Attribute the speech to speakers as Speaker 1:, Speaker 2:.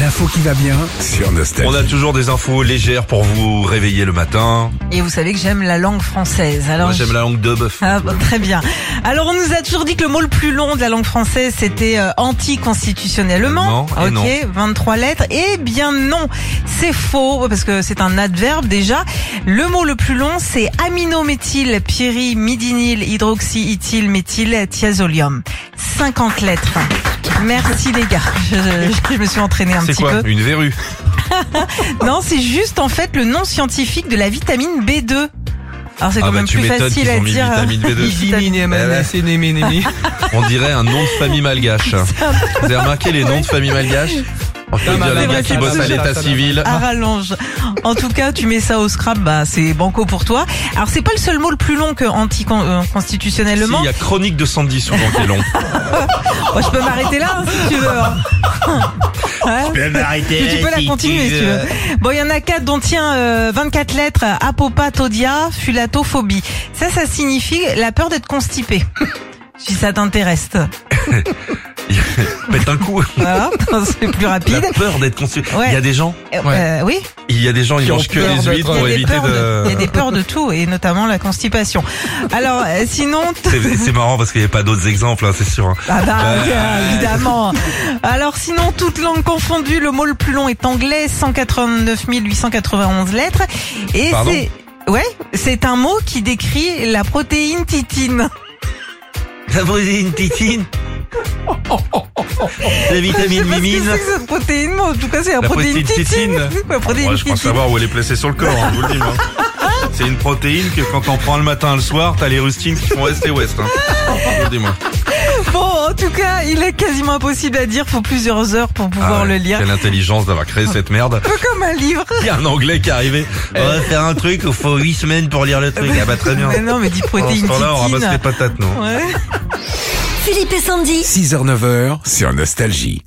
Speaker 1: L'info qui va bien.
Speaker 2: sur Nostalgie.
Speaker 3: On a toujours des infos légères pour vous réveiller le matin.
Speaker 4: Et vous savez que j'aime la langue française. Alors,
Speaker 3: Moi, j'aime la langue de bœuf.
Speaker 4: Ah, bah, très bien. Alors, on nous a toujours dit que le mot le plus long de la langue française, c'était euh, anticonstitutionnellement.
Speaker 3: Non, et
Speaker 4: ok,
Speaker 3: non.
Speaker 4: 23 lettres. Eh bien non, c'est faux, parce que c'est un adverbe déjà. Le mot le plus long, c'est aminométhyl, pyri, midinil, hydroxy, ethyl, méthyl, thiazolium. 50 lettres. Merci les gars, je, je- je me suis entraînée un
Speaker 3: C'est
Speaker 4: petit
Speaker 3: quoi
Speaker 4: peu.
Speaker 3: Une verrue.
Speaker 4: Non, c'est juste en fait le nom scientifique de la vitamine B2. Alors c'est quand
Speaker 3: Ah bah
Speaker 4: même
Speaker 3: tu
Speaker 4: plus
Speaker 3: m'étonnes
Speaker 4: facile
Speaker 3: qu'ils
Speaker 4: à
Speaker 3: ont mis
Speaker 4: dire.
Speaker 3: vitamine B2.
Speaker 2: Eh ben.
Speaker 3: On dirait un nom de famille malgache. Vous avez remarqué les noms de famille malgache On peut dire les
Speaker 4: vrai,
Speaker 3: gars qui
Speaker 4: Ah, ça
Speaker 3: bossent
Speaker 4: va,
Speaker 3: à
Speaker 4: ça
Speaker 3: l'état civil.
Speaker 4: à rallonge. En tout cas, tu mets ça au scrap, bah c'est banco pour toi. Alors c'est pas le seul mot le plus long que euh,
Speaker 3: Si,
Speaker 4: anticonstitutionnellement.
Speaker 3: il y a Chronique de Sandy souvent qui est long.
Speaker 4: Moi, je peux m'arrêter là hein, si tu veux. hein. Ouais. Tu, tu peux la continuer si tu veux. Bon, il y en a quatre dont tient euh, 24 lettres. Apopatodia, fulatophobie. Ça, ça signifie la peur d'être constipé. Si ça t'intéresse.
Speaker 3: Pète un coup.
Speaker 4: Voilà, c'est plus
Speaker 3: La
Speaker 4: rapide.
Speaker 3: peur d'être conçu.
Speaker 4: Ouais.
Speaker 3: Il y a des gens,
Speaker 4: Euh, euh, oui,
Speaker 3: il y a des gens, ils
Speaker 1: Qui ont
Speaker 3: mangent que
Speaker 1: peur
Speaker 3: les
Speaker 1: d'être-
Speaker 3: huîtres
Speaker 4: il y,
Speaker 3: pour
Speaker 4: a des
Speaker 3: éviter
Speaker 4: peurs de... il y a
Speaker 3: de.
Speaker 4: des peurs de tout, et notamment la constipation. Alors, euh, sinon... t-
Speaker 3: C'est c'est marrant parce qu'il n'y a pas d'autres exemples, hein, c'est sûr. hein.
Speaker 4: Ah bah, euh, évidemment. Alors sinon, toute langue confondue, le mot le plus long est anglais, 189 891 lettres. Et
Speaker 3: Pardon
Speaker 4: c'est... Ouais, c'est un mot qui décrit la protéine titine.
Speaker 3: La protéine titine. La
Speaker 4: Je sais
Speaker 3: vitamine
Speaker 4: pas ce que
Speaker 3: mimine.
Speaker 4: c'est que cette protéine, mais en tout cas c'est la,
Speaker 3: La
Speaker 4: protéine,
Speaker 3: protéine
Speaker 4: titine.
Speaker 3: titine.
Speaker 4: La protéine
Speaker 3: Moi, je pense
Speaker 4: titine.
Speaker 3: savoir où elle est placée sur le corps, hein, je vous le dis. moi. C'est une protéine que quand on prend le matin et le soir, t'as les rustines qui font est et ouest. Hein. Je vous le dis, moi.
Speaker 4: Bon, en tout cas, il est quasiment impossible à dire, faut plusieurs heures pour pouvoir
Speaker 3: Ah ouais,
Speaker 4: le lire.
Speaker 3: Quelle intelligence d'avoir créé cette merde.
Speaker 4: Un peu comme un livre.
Speaker 3: Il y a un anglais qui est arrivé. On va faire un truc, il faut 8 semaines pour lire le truc. Ah bah très bien.
Speaker 4: Mais non, mais dis
Speaker 3: Pendant ce
Speaker 4: protéine
Speaker 3: temps-là, on ramasse les
Speaker 4: titine.
Speaker 3: patates, non
Speaker 4: Ouais.
Speaker 5: Philippe et Sandy.
Speaker 1: 6h, 9h,
Speaker 2: Sur Nostalgie.